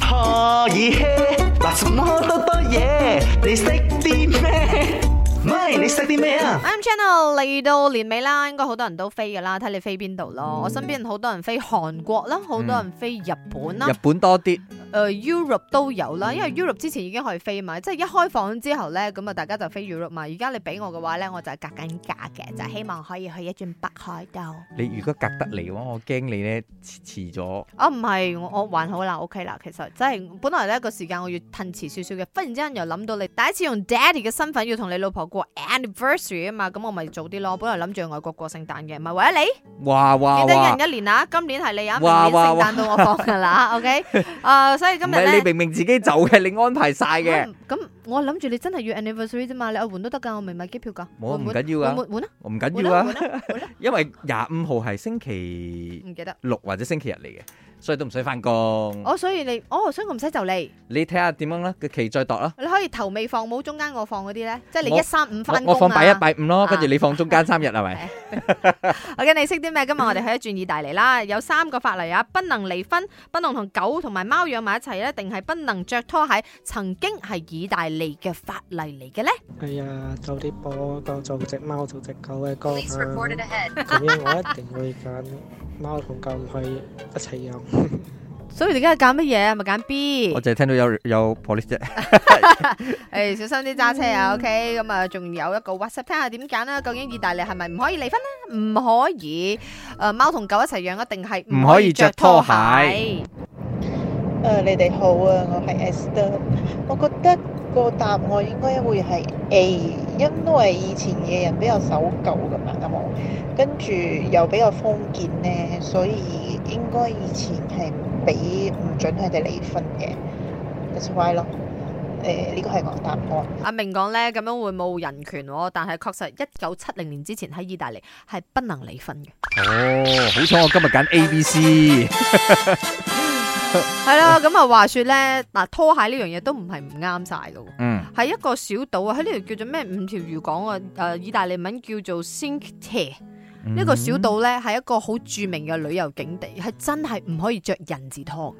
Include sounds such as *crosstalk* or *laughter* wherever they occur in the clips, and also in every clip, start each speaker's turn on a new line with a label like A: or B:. A: 可以嘿，嗱什麼多多嘢，你識啲咩？咪你識啲咩啊？
B: 啱 channel 嚟到年尾啦，應該好多人都飛噶啦，睇你飛邊度咯。我身邊好多人飛韓國啦，好多人飛日本啦
C: 日，本多啲，
B: 誒 Europe 都有啦。因為 Europe 之前已經可以飛嘛，即係一開放之後咧，咁啊大家就飛 Europe 嘛。而家你俾我嘅話咧，我就係隔緊價嘅，就係希望可以去一轉北海道。
C: 你如果隔得嚟嘅話，我驚你咧遲咗。
B: 啊，唔係，我我還好啦，OK 啦。其實真係本來呢個時間我要褪遲少少嘅，忽然之間又諗到你第一次用 daddy 嘅身份要同你老婆過 anniversary 啊嘛，咁我咪早啲咯。本來諗住去外國過聖誕嘅，唔係為咗你，
C: 哇哇
B: 記得一
C: 哇！
B: 人一年啊，今年係你啊，明
C: 哇
B: 年
C: 哇
B: 聖誕到我放噶啦，OK Ờ, 啊、所以今
C: 唔
B: 日
C: 係
B: 咧
C: 你。明明自己走嘅，你安排晒
B: *laughs*
C: 嘅，
B: 嗯咁我諗住你真係要 anniversary 啫嘛，你換都得㗎，我咪買機票㗎。
C: 冇
B: 換
C: 唔緊要
B: 換
C: 啊，
B: 換換啊，
C: 唔緊
B: 換
C: 要
B: 啊，
C: 啊，
B: 換啊，換啊
C: 因為廿五號係星期
B: 唔記得。
C: 六或者星期日嚟嘅，所以都唔使翻工。
B: 哦，所以你，哦，所以我唔使就你，
C: 你睇下點樣啦，個期再度啦。
B: 你可以頭尾放冇中間我放嗰啲咧，即係你
C: 我
B: 一三五翻工
C: 我我放拜一拜五咯，
B: 啊
C: 跟住你放中間三日係咪？
B: 我嘅你識啲咩？今日我哋去一轉意大利啦，有三個法例啊，不能離婚，不能同狗同埋貓養埋一齊咧，定係不能着拖鞋。曾經係意大利嘅法例嚟嘅咧。
D: 哎呀，早啲播嗰個做只貓做只狗嘅歌
E: Police reported
D: 啦，
E: ahead.
D: *laughs* 咁樣我一定會揀貓同狗唔去一齊養。
B: 所以你而家係揀乜嘢？係啊咪揀 B？
C: 我就係聽到有有 police 啫，
B: 誒、小心啲揸車啊！OK，咁啊，仲有一個 WhatsApp，聽下點揀啦。究竟意大利係咪唔可以離婚咧？唔可以。誒、貓同狗一齊養，一啊定係
C: 唔可以着拖鞋
B: 鞋。
F: 誒、你哋好啊，我係 Esther。我覺得個答案應該會係 A，因為以前嘅人比較守舊㗎嘛，啱冇？跟住又比較封建咧，所以應該以前係俾唔準佢哋離婚嘅。That's why 咯。誒、呢個係我答案。
B: 阿明講咧，咁樣會冇人權喎，但係確實一九七零年之前喺意大利係不能離婚嘅。
C: 哦，好彩我今日揀 A、B、C。
B: 係
C: 嗯
B: 啦，咁啊話說咧，嗱拖鞋呢樣嘢都唔係唔啱晒噶喎。
C: 嗯，
B: 係一個小島啊，喺呢度叫做咩五條魚港啊，誒、意大利文叫做 Cinque Terre。呢
C: 嗯
B: 個小島咧係一個好著名嘅旅遊景地，係真係唔可以着人字拖。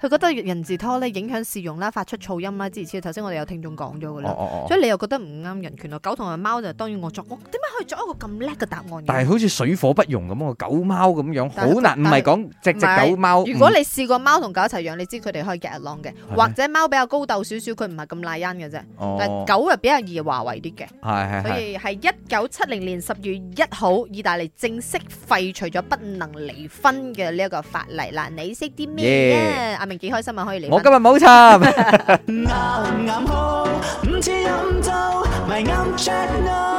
B: 佢覺得人字拖咧影響市容啦，發出噪音啦，之如此類。頭先我哋有聽眾講咗嘅
C: 哦
B: 啦，
C: 哦
B: 所
C: 哦，
B: 以你又覺得唔啱人權咯。狗同埋貓就當然我作，我點解可以作一個咁叻嘅答案嘅？
C: 但係好似水火不容咁喎，狗貓咁樣好難，唔
B: 但係
C: 係講隻隻狗貓。嗯
B: 如果你試過貓同狗一齊養，你知佢哋可以 get along 嘅，
C: 咩
B: 或者貓比較高鬥少少，佢唔係咁賴恩嘅啫。
C: 哦
B: 但係狗就比較易華為啲嘅，
C: 係係
B: 所
C: 係，
B: 以係一九七零年十月一號，意大利正式廢除咗不能離婚嘅呢一個法例啦。你識啲咩啊？阿明幾開心啊，可以離
C: 我
B: 婚
C: 今。日冇插。
A: 啱啱好，唔似飲酒，咪啱 check no。